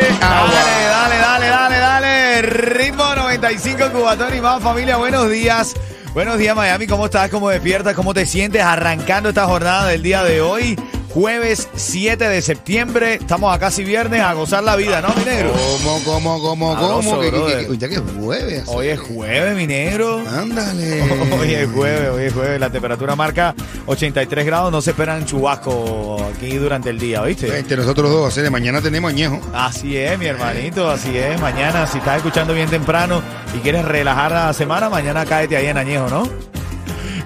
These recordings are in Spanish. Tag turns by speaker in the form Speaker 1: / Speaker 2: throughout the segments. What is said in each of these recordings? Speaker 1: Dale, dale, dale, dale, dale. Ritmo 95 Cubatón y más familia, buenos días. Buenos días Miami, ¿cómo estás? ¿Cómo despiertas? ¿Cómo te sientes arrancando esta jornada del día de hoy? Jueves 7 de septiembre, estamos a casi viernes a gozar la vida, ¿no, mi negro?
Speaker 2: ¿Cómo, cómo, cómo,
Speaker 1: Sabroso,
Speaker 2: cómo? ¿Qué, qué, qué,
Speaker 1: brother.
Speaker 2: qué? Uy, ya que es jueves.
Speaker 1: Hoy es jueves, mi negro.
Speaker 2: Ándale.
Speaker 1: Hoy
Speaker 2: Eh,
Speaker 1: es jueves, hoy es jueves. La temperatura marca 83 grados, no se esperan chubascos aquí durante el día, ¿oíste?
Speaker 2: Entre nosotros dos, ¿eh? mañana tenemos añejo.
Speaker 1: Así es, mi hermanito, así es. Mañana, si estás escuchando bien temprano y quieres relajar la semana, mañana cáete ahí en Añejo, ¿no?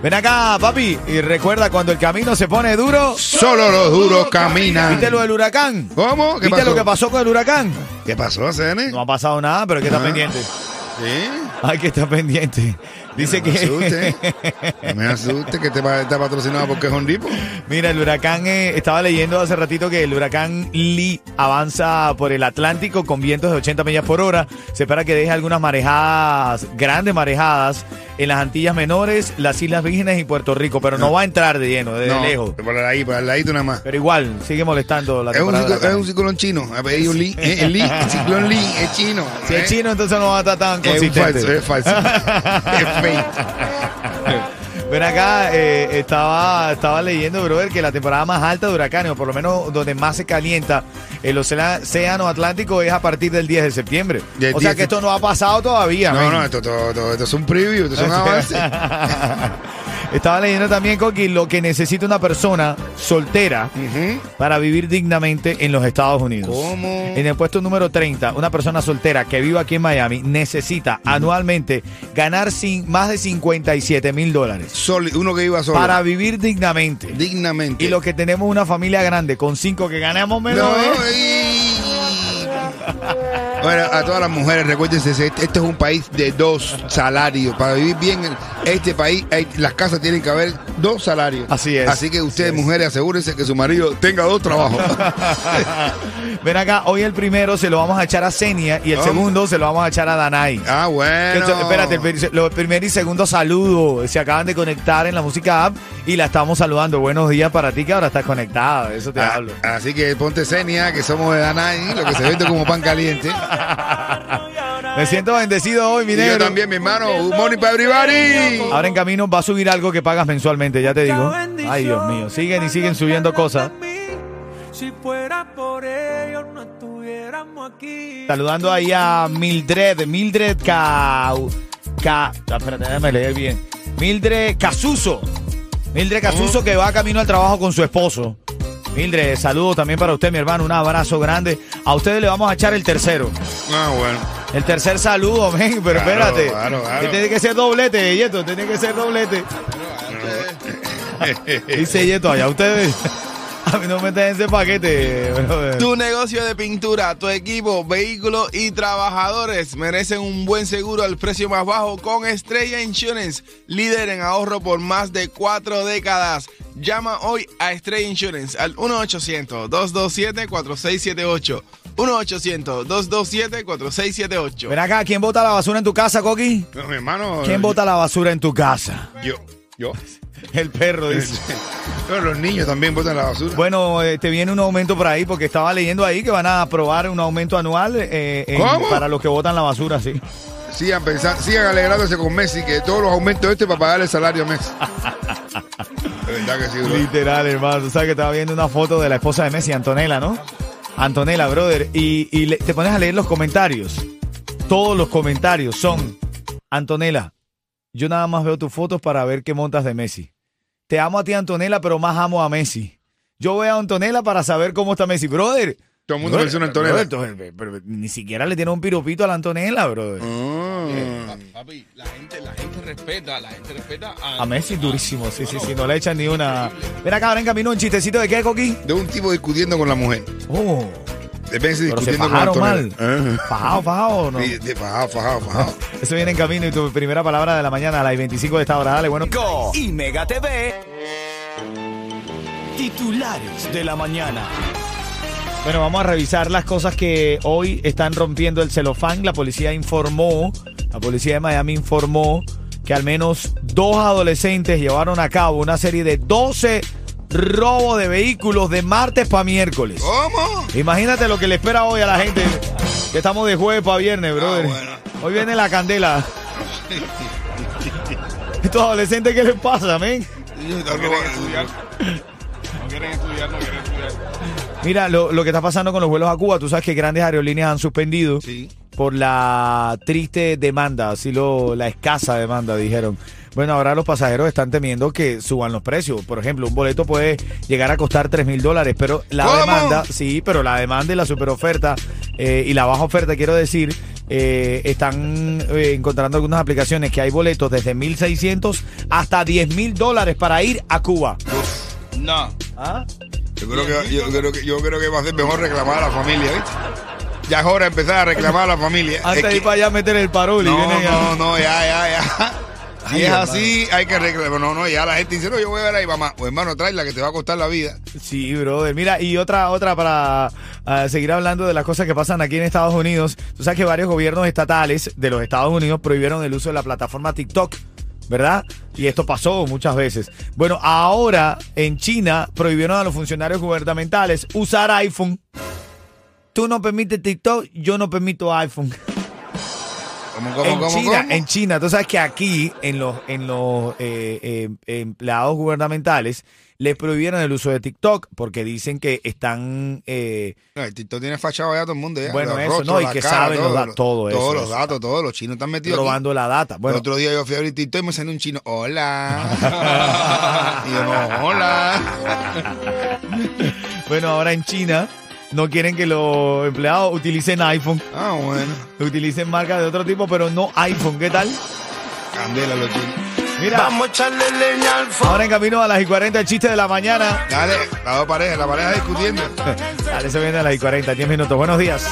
Speaker 1: Ven acá, papi, y recuerda cuando el camino se pone duro.
Speaker 2: Solo los duros caminan.
Speaker 1: ¿Viste lo del huracán?
Speaker 2: ¿Cómo? ¿Qué
Speaker 1: ¿Viste
Speaker 2: pasó?
Speaker 1: lo que pasó con el huracán?
Speaker 2: ¿Qué pasó, Cene?
Speaker 1: No ha pasado nada, pero hay que estar
Speaker 2: Ah.
Speaker 1: pendiente.
Speaker 2: ¿Sí?
Speaker 1: Hay que estar pendiente. Dice
Speaker 2: No me asuste.
Speaker 1: que.
Speaker 2: No me asuste que te va a estar patrocinado porque es un tipo.
Speaker 1: Mira, el huracán, eh, estaba leyendo hace ratito que el huracán Lee avanza por el Atlántico con vientos de 80 millas por hora. Se espera que deje algunas marejadas, grandes marejadas, en las Antillas Menores, las Islas Vírgenes y Puerto Rico, pero no, va a entrar de lleno, de
Speaker 2: no,
Speaker 1: lejos.
Speaker 2: Por ahí, por al ladito nada más.
Speaker 1: Pero igual, sigue molestando la
Speaker 2: Es un,
Speaker 1: temporada. del
Speaker 2: ciclo- es
Speaker 1: huracán.
Speaker 2: un ciclón chino. A ver, un Lee. Eh, el Lee, el ciclón Lee es chino.
Speaker 1: Si es
Speaker 2: ¿eh?
Speaker 1: chino, entonces no va a estar tan
Speaker 2: Es un
Speaker 1: consistente.
Speaker 2: falso, es falso. es fake.
Speaker 1: Ven acá, eh, estaba, estaba leyendo, brother, que la temporada más alta de huracanes, o por lo menos donde más se calienta el ocea- océano Atlántico, es a partir del 10 de septiembre.
Speaker 2: Del
Speaker 1: o sea
Speaker 2: 10
Speaker 1: que esto no ha pasado todavía.
Speaker 2: No,
Speaker 1: men.
Speaker 2: no, esto, todo, todo- esto es un preview, esto es un avance.
Speaker 1: Estaba leyendo también, Coqui, lo que necesita una persona soltera
Speaker 2: Ujú.
Speaker 1: para vivir dignamente en los Estados Unidos.
Speaker 2: ¿Cómo?
Speaker 1: En el puesto número 30, una persona soltera que viva aquí en Miami necesita anualmente ganar sin, más de 57 mil dólares
Speaker 2: Solo- uno que iba solo.
Speaker 1: para vivir dignamente.
Speaker 2: dignamente.
Speaker 1: Y los que tenemos una familia grande con cinco que ganamos menos.
Speaker 2: No,
Speaker 1: ¿eh?
Speaker 2: y- Bueno, a todas las mujeres, recuérdense, este este es un país de dos salarios. Para vivir bien en este país, hay- las casas tienen que haber dos salarios.
Speaker 1: Así es.
Speaker 2: Así que ustedes,
Speaker 1: Así es.
Speaker 2: mujeres, asegúrense que su marido tenga dos trabajos.
Speaker 1: Ah. Ven acá, hoy el primero se lo vamos a echar a Senia y el
Speaker 2: Vamos.
Speaker 1: segundo se lo vamos a echar a Danai.
Speaker 2: ah,
Speaker 1: Que
Speaker 2: bueno.
Speaker 1: eso- espérate, el pri- lo- el primer y segundo saludo se acaban de conectar en la música app y la estamos saludando. Buenos días para ti que ahora estás conectado, de eso te
Speaker 2: Ah,
Speaker 1: hablo.
Speaker 2: así que ponte Senia, que somos de Danay, lo que se vende como pan caliente.
Speaker 1: Me siento bendecido hoy, mi
Speaker 2: Y yo
Speaker 1: negro.
Speaker 2: también, mi hermano, un money para everybody.
Speaker 1: Ahora en camino va a subir algo que pagas mensualmente, ya te digo. Ay, Dios mío, siguen y siguen subiendo cosas.
Speaker 3: Si fuera por ellos no estuviéramos aquí.
Speaker 1: Saludando ahí a Mildred, Mildred Ca... Ca... ah, Espérate, déjame leer bien. Mildred Casuso. Mildred Casuso
Speaker 2: Mm.
Speaker 1: que va camino al trabajo con su esposo. Mildred, saludos también para usted, mi hermano. Un abrazo grande. A ustedes le vamos a echar el tercero.
Speaker 2: Ah, bueno.
Speaker 1: El tercer saludo, men, pero
Speaker 2: Claro,
Speaker 1: espérate.
Speaker 2: claro, claro.
Speaker 1: Que Tiene que ser doblete, Yeto, tiene que ser doblete. Dice Yeto, allá ustedes. A mí no me en ese paquete. brother.
Speaker 4: Tu negocio de pintura, tu equipo, vehículos y trabajadores merecen un buen seguro al precio más bajo con Estrella Insurance, líder en ahorro por más de cuatro décadas. Llama hoy a Estrella Insurance al 1-800-227-4678. 1-800-227-4678.
Speaker 1: Ven acá, ¿quién bota la basura en tu casa, Coqui?
Speaker 2: No, mi hermano.
Speaker 1: ¿Quién bota la basura en tu casa?
Speaker 2: Yo. Yo.
Speaker 1: El perro dice.
Speaker 2: Pero los niños también botan la basura.
Speaker 1: Bueno, eh, te viene un aumento por ahí, porque estaba leyendo ahí que van a aprobar un aumento anual eh, en-
Speaker 2: ¿Cómo?
Speaker 1: para los que botan la basura, sí.
Speaker 2: Sigan pensando, sigan alegrándose con Messi, que todos los aumentos este para pagar el salario a Messi. De verdad que sí, bro.
Speaker 1: Literal, hermano. Tú sabes que estaba viendo una foto de la esposa de Messi, Antonella, ¿no? Antonella, brother. Y, y le- te pones a leer los comentarios. Todos los comentarios son, Antonella, yo nada más veo tus fotos para ver qué montas de Messi. Te amo a ti, Antonella, pero más amo a Messi. Yo veo a Antonella para saber cómo está Messi, brother.
Speaker 2: Todo el mundo
Speaker 1: brother,
Speaker 2: menciona a Antonella.
Speaker 1: brother, entonces, pero, pero ni siquiera le tiene un piropito a la Antonella, brother.
Speaker 2: Ah.
Speaker 4: Papi, la gente, la gente respeta, la gente respeta
Speaker 2: Ah.
Speaker 1: A Messi durísimo, sí, sí, sí, no le echan ni una. Ven acá, ahora en camino un chistecito de qué, Coqui.
Speaker 2: De un tipo discutiendo con la mujer.
Speaker 1: Oh.
Speaker 2: Depende
Speaker 1: Pero se
Speaker 2: discutiendo con
Speaker 1: fajaron mal.
Speaker 2: Antonella. Ajá.
Speaker 1: Fajado, fajado, ¿no?
Speaker 2: Sí, de fajado, fajado, fajado.
Speaker 1: Eso viene en camino y tu primera palabra de la mañana a las 25 de esta hora. Dale, bueno.
Speaker 5: Go y Mega TV. Titulares de la mañana.
Speaker 1: Bueno, vamos a revisar las cosas que hoy están rompiendo el celofán. La policía informó, la policía de Miami informó que al menos dos adolescentes llevaron a cabo una serie de 12 robos de vehículos de martes para miércoles.
Speaker 4: ¿Cómo?
Speaker 1: Imagínate lo que le espera hoy a la gente. Que estamos de jueves para viernes, brother.
Speaker 4: bueno.
Speaker 1: Hoy viene la candela. Estos adolescentes, ¿qué les pasa, men?
Speaker 4: No quieren estudiar. No quieren estudiar, no quieren estudiar.
Speaker 1: Mira, lo, lo que está pasando con los vuelos a Cuba, tú sabes que grandes aerolíneas han suspendido
Speaker 4: Sí.
Speaker 1: por la triste demanda, así lo, la escasa demanda, dijeron. Bueno, ahora los pasajeros están temiendo que suban los precios. Por ejemplo, un boleto puede llegar a costar 3 mil dólares, pero la
Speaker 4: ¿Cómo?
Speaker 1: demanda, sí, pero la demanda y la superoferta eh, y la baja oferta, quiero decir, eh, están eh, encontrando algunas aplicaciones que hay boletos desde 1.600 hasta 10 mil dólares para ir a Cuba.
Speaker 4: No.
Speaker 1: ¿Ah?
Speaker 2: Yo creo, que, yo, creo que, yo creo que va a ser mejor reclamar a la familia, ¿viste? Ya es hora de empezar a reclamar a la familia.
Speaker 1: Antes
Speaker 2: Es
Speaker 1: de
Speaker 2: que-
Speaker 1: ir para allá a meter el parol y
Speaker 2: no,
Speaker 1: vienen a-
Speaker 2: no, no, ya, ya, ya. Si
Speaker 1: Ay,
Speaker 2: es
Speaker 1: hermano.
Speaker 2: así, hay que reclamar. No, no, ya la gente dice, no, yo voy a ver ahí, mamá. O hermano, tráela que te va a costar la vida.
Speaker 1: Sí, brother. Mira, y otra, otra para ah, seguir hablando de las cosas que pasan aquí en Estados Unidos. Tú sabes que varios gobiernos estatales de los Estados Unidos prohibieron el uso de la plataforma TikTok, ¿verdad? Y esto pasó muchas veces. Bueno, ahora en China prohibieron a los funcionarios gubernamentales usar iPhone. Tú no permites TikTok, yo no permito iPhone.
Speaker 2: ¿Cómo, cómo,
Speaker 1: en
Speaker 2: cómo,
Speaker 1: China,
Speaker 2: cómo?
Speaker 1: en China, tú sabes que aquí en los en los eh, eh, empleados gubernamentales les prohibieron el uso de TikTok porque dicen que están eh,
Speaker 2: No, el TikTok tiene fachado ya todo el mundo. Ya.
Speaker 1: Bueno,
Speaker 2: Los
Speaker 1: eso,
Speaker 2: rostros,
Speaker 1: ¿no? Y
Speaker 2: la
Speaker 1: que
Speaker 2: cara,
Speaker 1: saben los da- todo eso,
Speaker 2: Todos los
Speaker 1: eso.
Speaker 2: datos, todos los chinos están metidos. aquí.
Speaker 1: robando la data.
Speaker 2: El
Speaker 1: Bueno,
Speaker 2: otro día yo fui a abrir TikTok y me salió un chino. Hola. y yo, no, hola.
Speaker 1: bueno, ahora en China no quieren que los empleados utilicen iPhone,
Speaker 2: Ah, bueno.
Speaker 1: utilicen marcas de otro tipo, pero no iPhone. ¿Qué tal?
Speaker 2: Candela los chinos.
Speaker 1: Mira. Ahora en camino a las y 40 el chiste de la mañana.
Speaker 2: Dale, la dos parejas, la pareja discutiendo.
Speaker 1: Dale, se viene a las y 40, 10 minutos. Buenos días.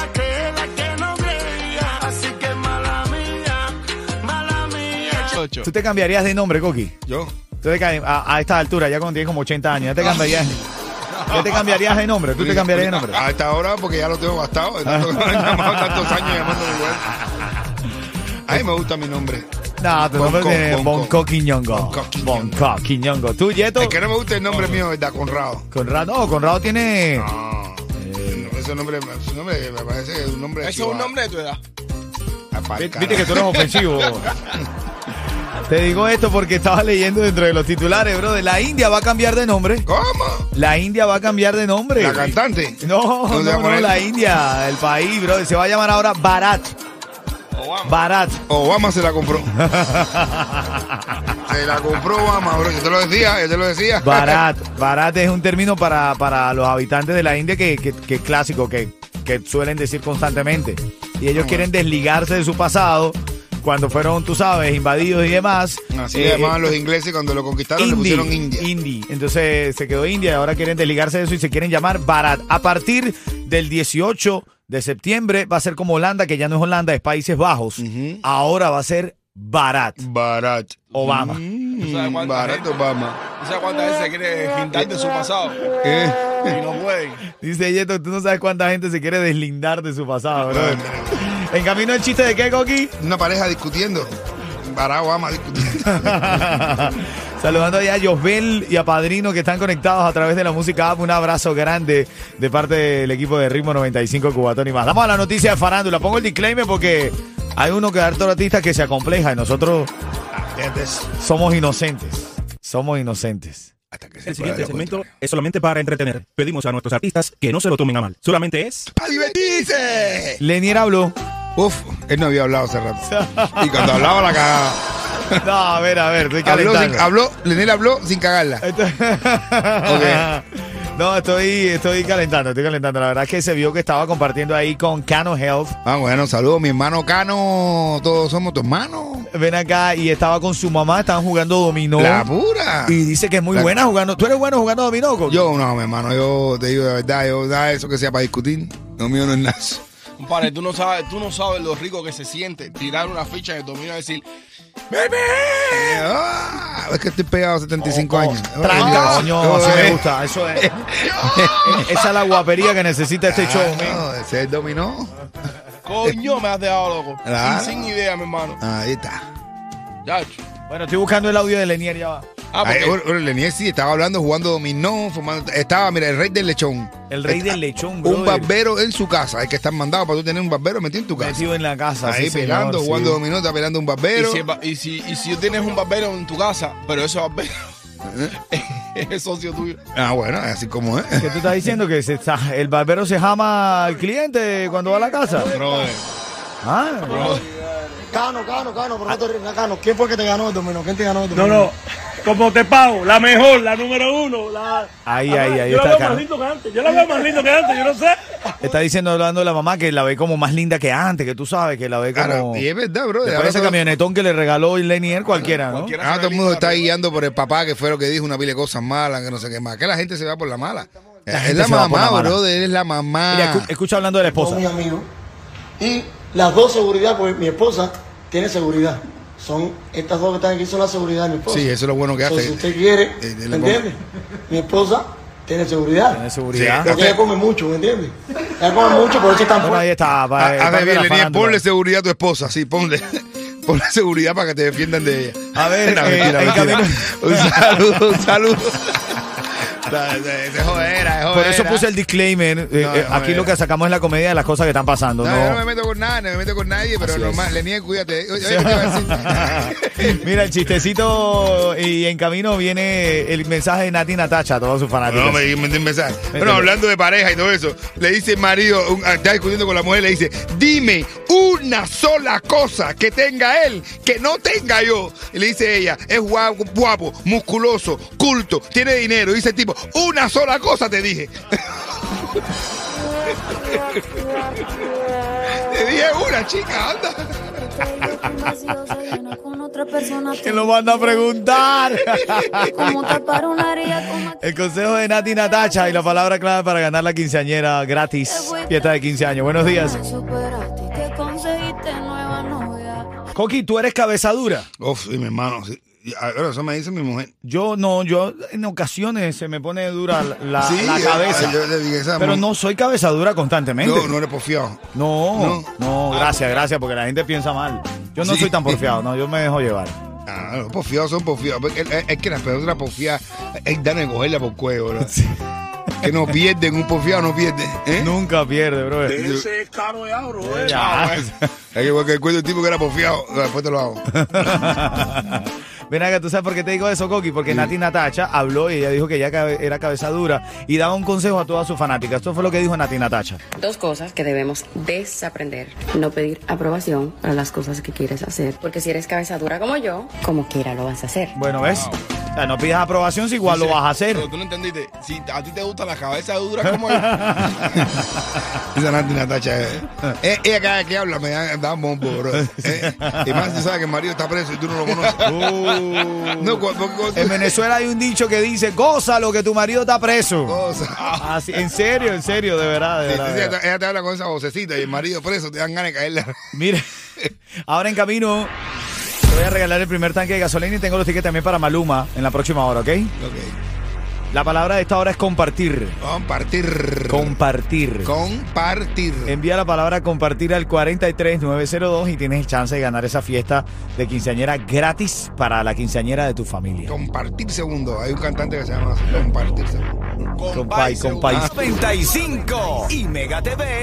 Speaker 4: Ocho.
Speaker 1: ¿Tú te cambiarías de nombre, Coqui?
Speaker 2: Yo.
Speaker 1: ¿Tú te cam- a, a esta altura, ya cuando tienes como 80 años, ya te cambiarías, ya te cambiarías de nombre? ¿Tú te cambiarías de nombre?
Speaker 2: Hasta ahora porque ya lo tengo gastado. de tanto que me han llamado, tantos años llamándome igual. A mí me gusta mi nombre.
Speaker 1: No, tu nombre
Speaker 2: Bonco,
Speaker 1: tiene
Speaker 2: Bonco.
Speaker 1: Bonco Quiñongo.
Speaker 2: Bonco Quiñongo.
Speaker 1: Bonco Quiñongo. ¿Tú, Yeto?
Speaker 2: El que no me gusta el nombre mío es Da Conrado.
Speaker 1: Conrado, no, Conrado tiene...
Speaker 2: No. Ese nombre, ese nombre me parece que es un nombre. de
Speaker 4: Eso es un
Speaker 2: Chihuahua.
Speaker 4: nombre de tu edad.
Speaker 2: Ah, pa'l
Speaker 1: Vi-
Speaker 2: carajo.
Speaker 1: Viste que tú eres ofensivo. Te digo esto porque estaba leyendo dentro de los titulares, bro. De la India va a cambiar de nombre.
Speaker 2: ¿Cómo?
Speaker 1: La India va a cambiar de nombre.
Speaker 2: ¿La cantante?
Speaker 1: No, no,
Speaker 2: ¿Dónde va a
Speaker 1: no,
Speaker 2: poner?
Speaker 1: la India, el país, bro. Se va a llamar ahora Barat. Barat.
Speaker 2: Obama se la compró. se la compró Obama, bro. Yo te lo decía, yo te lo decía.
Speaker 1: Barat. Barat es un término para, para los habitantes de la India que, que, que es clásico, que, que suelen decir constantemente. Y
Speaker 2: Ah,
Speaker 1: ellos quieren desligarse de su pasado cuando fueron, tú sabes, invadidos y demás.
Speaker 2: Así
Speaker 1: Eh,
Speaker 2: le llamaban los ingleses cuando lo conquistaron, le
Speaker 1: Indie,
Speaker 2: pusieron India.
Speaker 1: indie. Entonces se quedó India y ahora quieren desligarse de eso y se quieren llamar Barat. A partir del 18 de septiembre va a ser como Holanda, que ya no es Holanda, es Países Bajos. Ahora va a ser Barat,
Speaker 2: Barato.
Speaker 1: Obama.
Speaker 4: ¿Tú sabes
Speaker 2: Mm,
Speaker 4: cuánta
Speaker 2: barato
Speaker 4: gente?
Speaker 2: Obama.
Speaker 4: ¿Tú sabes cuántas veces se quiere pintar de su pasado?
Speaker 2: ¿Qué?
Speaker 4: Y no pueden.
Speaker 1: Dice Yeto, tú no sabes cuánta gente se quiere deslindar de su pasado, bro. En camino el chiste de qué, Coqui?
Speaker 2: Una pareja discutiendo. Barack Obama discutiendo.
Speaker 1: Saludando ya a Josbel y a Padrino que están conectados a través de la música app. Un abrazo grande de parte del equipo de Ritmo 95 Cubatón y más. Vamos a la noticia de Farándula. Pongo el disclaimer porque hay uno que harto artistas que se acompleja y nosotros somos inocentes. Somos inocentes.
Speaker 2: Hasta que se pueda
Speaker 6: El siguiente
Speaker 2: lo
Speaker 6: segmento
Speaker 2: contrario.
Speaker 6: es solamente para entretener. Pedimos a nuestros artistas que no se lo tomen a mal. Solamente es...
Speaker 2: ¡A divertirse!
Speaker 1: Lenier habló.
Speaker 2: Uf, él no había hablado hace rato. Y cuando hablaba la cagaba.
Speaker 1: No, a ver, a ver, estoy
Speaker 2: Habló,
Speaker 1: calentando.
Speaker 2: sin, habló, Lenel habló sin cagarla.
Speaker 1: No, estoy, estoy calentando, estoy calentando. La verdad es que se vio que estaba compartiendo ahí con Cano Health.
Speaker 2: Ah, bueno, saludos, mi hermano Cano. Todos somos tu hermano.
Speaker 1: Ven acá y estaba con su mamá, estaban jugando dominó.
Speaker 2: La pura.
Speaker 1: Y dice que es muy
Speaker 2: La-
Speaker 1: buena jugando. ¿Tú eres bueno jugando dominó? Coco?
Speaker 2: Yo no, mi hermano, yo te digo la verdad, yo da eso que sea para discutir. Lo mío no es nazo.
Speaker 4: Compadre, tú no sabes, tú no sabes lo rico que se siente tirar una ficha de dominó y decir, ¡Bebé!
Speaker 2: Ah, es que estoy pegado a 75 años.
Speaker 1: Tranca,
Speaker 2: Ay, Dios.
Speaker 1: Oh, coño, así
Speaker 2: No,
Speaker 1: me
Speaker 2: eh.
Speaker 1: gusta. Eso es. Esa es la guapería que necesita este show,
Speaker 2: Ah,
Speaker 1: men.
Speaker 2: no, ese es el dominó.
Speaker 4: Coño, me has dejado loco.
Speaker 2: Claro.
Speaker 4: Y sin idea, mi hermano.
Speaker 2: Ahí está.
Speaker 4: Chacho.
Speaker 1: Bueno, estoy buscando el audio de Lenier, ya va.
Speaker 4: Ah,
Speaker 2: Ahí,
Speaker 4: porque-
Speaker 2: bueno, bueno, Lenier sí, estaba hablando, jugando dominó, fumando- Estaba, mira, el rey del lechón.
Speaker 1: El rey
Speaker 2: Está-
Speaker 1: del lechón, bro.
Speaker 2: Un barbero en su casa. Hay que estar mandado para tú tener un barbero metido en tu casa.
Speaker 1: Metido en la casa.
Speaker 2: Ahí
Speaker 1: sí, señor,
Speaker 2: pelando,
Speaker 1: sí.
Speaker 2: jugando dominó, está pelando un
Speaker 4: y,
Speaker 2: barbero.
Speaker 4: si, el ba- y, si, y si tienes un barbero en tu casa, pero ese barbero es socio tuyo.
Speaker 2: Ah, bueno, así como es.
Speaker 1: ¿Qué tú estás diciendo? Que se está- el barbero se jama al cliente cuando va a la casa. Ah,
Speaker 7: Cano, Cano, Cano, pero no te rías, Cano. ¿Quién fue que te ganó el dominó? ¿Quién te ganó el dominó?
Speaker 8: No, no. Como te pago, la mejor, la número uno. La...
Speaker 1: Ahí, ahí, ahí
Speaker 8: yo la
Speaker 1: está
Speaker 8: veo
Speaker 1: Cano.
Speaker 8: más lindo que antes. Yo la veo más lindo que antes, yo no sé.
Speaker 1: está diciendo hablando de la mamá que la ve como más linda que antes, que tú sabes que la ve como.
Speaker 2: Claro, y es verdad, bro.
Speaker 1: Después de
Speaker 2: Ahora
Speaker 1: ese
Speaker 2: todo-
Speaker 1: camionetón que le regaló Lenier, cualquiera, ¿no?
Speaker 4: Cualquiera
Speaker 2: ahora
Speaker 4: se
Speaker 2: todo el
Speaker 4: ve
Speaker 2: mundo está
Speaker 4: linda, pero-
Speaker 2: guiando por el papá, que fue lo que dijo, una pila de cosas malas, que no sé qué más. Que la gente se va por la mala. es
Speaker 1: gente
Speaker 2: la
Speaker 1: se va por la
Speaker 2: mamá,
Speaker 1: mala.
Speaker 2: bro. Es la mamá.
Speaker 1: Mira, escu- escucha hablando de la esposa.
Speaker 7: Son mis amigos. Y las dos seguridad, porque mi esposa tiene seguridad. Son estas dos que están aquí, son la seguridad de mi esposa.
Speaker 2: Sí, eso es lo bueno que
Speaker 7: So,
Speaker 2: hace.
Speaker 7: Si usted quiere,
Speaker 2: Eh, le
Speaker 7: ¿me
Speaker 2: pongo-
Speaker 7: entiende? Mi esposa
Speaker 1: Tiene
Speaker 7: tiene seguridad.
Speaker 1: seguridad.
Speaker 2: Sí.
Speaker 7: Porque ella come mucho, ¿me entiende? Ella come mucho, por eso es tan
Speaker 1: Bueno, ahí
Speaker 7: fuerte.
Speaker 1: está. pa- eh, parte
Speaker 2: Ah, Hazme
Speaker 1: de
Speaker 2: bien,
Speaker 1: la
Speaker 2: Lenier,
Speaker 1: farándula.
Speaker 2: ponle seguridad a tu esposa, sí, ponle. Ponle seguridad para que te defiendan de ella.
Speaker 1: A ver,
Speaker 2: No,
Speaker 1: eh,
Speaker 2: mentira,
Speaker 1: en
Speaker 2: mentira.
Speaker 1: camino-
Speaker 2: Un saludo, un saludo. No, no, Es jodera, es jodera.
Speaker 1: Por eso puse el disclaimer. eh,
Speaker 2: No,
Speaker 1: eh,
Speaker 2: no,
Speaker 1: aquí
Speaker 2: mira.
Speaker 1: lo que sacamos es la comedia de las cosas que están pasando.
Speaker 2: No,
Speaker 1: no.
Speaker 2: yo no me meto con nada, no me meto con nadie, pero
Speaker 1: Así
Speaker 2: normal,
Speaker 1: es.
Speaker 2: Lenier, cuídate. Oye, oye, ¿qué te iba a decir?
Speaker 1: Mira, el chistecito y en camino viene el mensaje de Nati Natacha a todos sus fanáticos.
Speaker 2: No, me di un mensaje. Bueno,
Speaker 1: Mételo.
Speaker 2: hablando de pareja y todo eso, le dice el marido, un- está discutiendo con la mujer, le dice, dime una sola cosa que tenga él, que no tenga yo. Y le dice ella, es guapo, guapo, musculoso, culto, tiene dinero. Y dice el tipo, una sola cosa te dije. te dije una, chica, anda.
Speaker 1: Que lo manda a preguntar. El consejo de Nati Natacha y la palabra clave para ganar la quinceañera gratis. Fiesta de 15 años. Buenos días. Coqui, tú eres cabezadura.
Speaker 2: Uf, sí, mi hermano, sí. Y, ah, bueno, eso me dice mi mujer.
Speaker 1: Yo no, yo en ocasiones se me pone dura la,
Speaker 2: Sí, eh,
Speaker 1: la cabeza.
Speaker 2: yo le dije esa,
Speaker 1: pero
Speaker 2: mamá.
Speaker 1: no soy cabezadura constantemente.
Speaker 2: No, no eres porfiado.
Speaker 1: No,
Speaker 2: No.
Speaker 1: no, gracias, gracias, porque la gente piensa mal. Yo no
Speaker 2: Sí.
Speaker 1: soy tan porfiado, no, yo me dejo llevar.
Speaker 2: Ah, los porfiados son porfiados. Porque Es, es que las personas porfiadas es dan de cogerla por cuello, bro. Que no pierden, un porfiado no pierde. ¿eh?
Speaker 1: Nunca pierde, bro.
Speaker 8: Ese es caro de abro, eh.
Speaker 1: Ya.
Speaker 2: Es que porque cuento el tipo que era porfiado, después te lo hago.
Speaker 1: Ven acá, ¿tú sabes por qué te digo eso, Coqui? Porque Nati Natacha habló y ella dijo que ella cabe- era cabeza dura y daba un consejo a todas sus fanáticas. Esto fue lo que dijo Nati Natacha.
Speaker 9: Dos cosas que debemos desaprender. No pedir aprobación para las cosas que quieres hacer. Porque si eres cabeza dura como yo, como quiera lo vas a hacer.
Speaker 1: Bueno, ¿ves? O sea, no pidas aprobación si igual lo vas a hacer.
Speaker 4: Pero tú no entendiste. Si a ti te gusta la cabeza dura como yo.
Speaker 2: Esa Nati Natacha eh. Eh, Ella cada que habla me da, da bombo, bro. Eh, Y más si sabes que el marido está preso y tú no lo conoces. No, cu- cu- cu-
Speaker 1: En Venezuela hay un dicho que dice, goza lo que tu marido está preso.
Speaker 2: cosa.
Speaker 1: Ah, sí, en serio, en serio, de verdad, de
Speaker 2: Sí,
Speaker 1: verdad.
Speaker 2: sí,
Speaker 1: de
Speaker 2: Ella
Speaker 1: verdad.
Speaker 2: te- ella te habla con esa vocecita y el marido preso te dan ganas de caerle.
Speaker 1: Mira, ahora en camino te voy a regalar el primer tanque de gasolina y tengo los tickets también para Maluma en la próxima hora, ¿ok?
Speaker 2: Ok.
Speaker 1: La palabra de esta hora es compartir.
Speaker 2: Compartir.
Speaker 1: Compartir.
Speaker 2: Compartir.
Speaker 1: Envía la palabra compartir al 43902 y tienes el chance de ganar esa fiesta de quinceañera gratis para la quinceañera de tu familia.
Speaker 2: Compartir segundo. Hay un cantante que se
Speaker 4: Ah,
Speaker 2: llama así, Compartir segundo.
Speaker 1: Compay, compay.
Speaker 5: 95 y Mega TV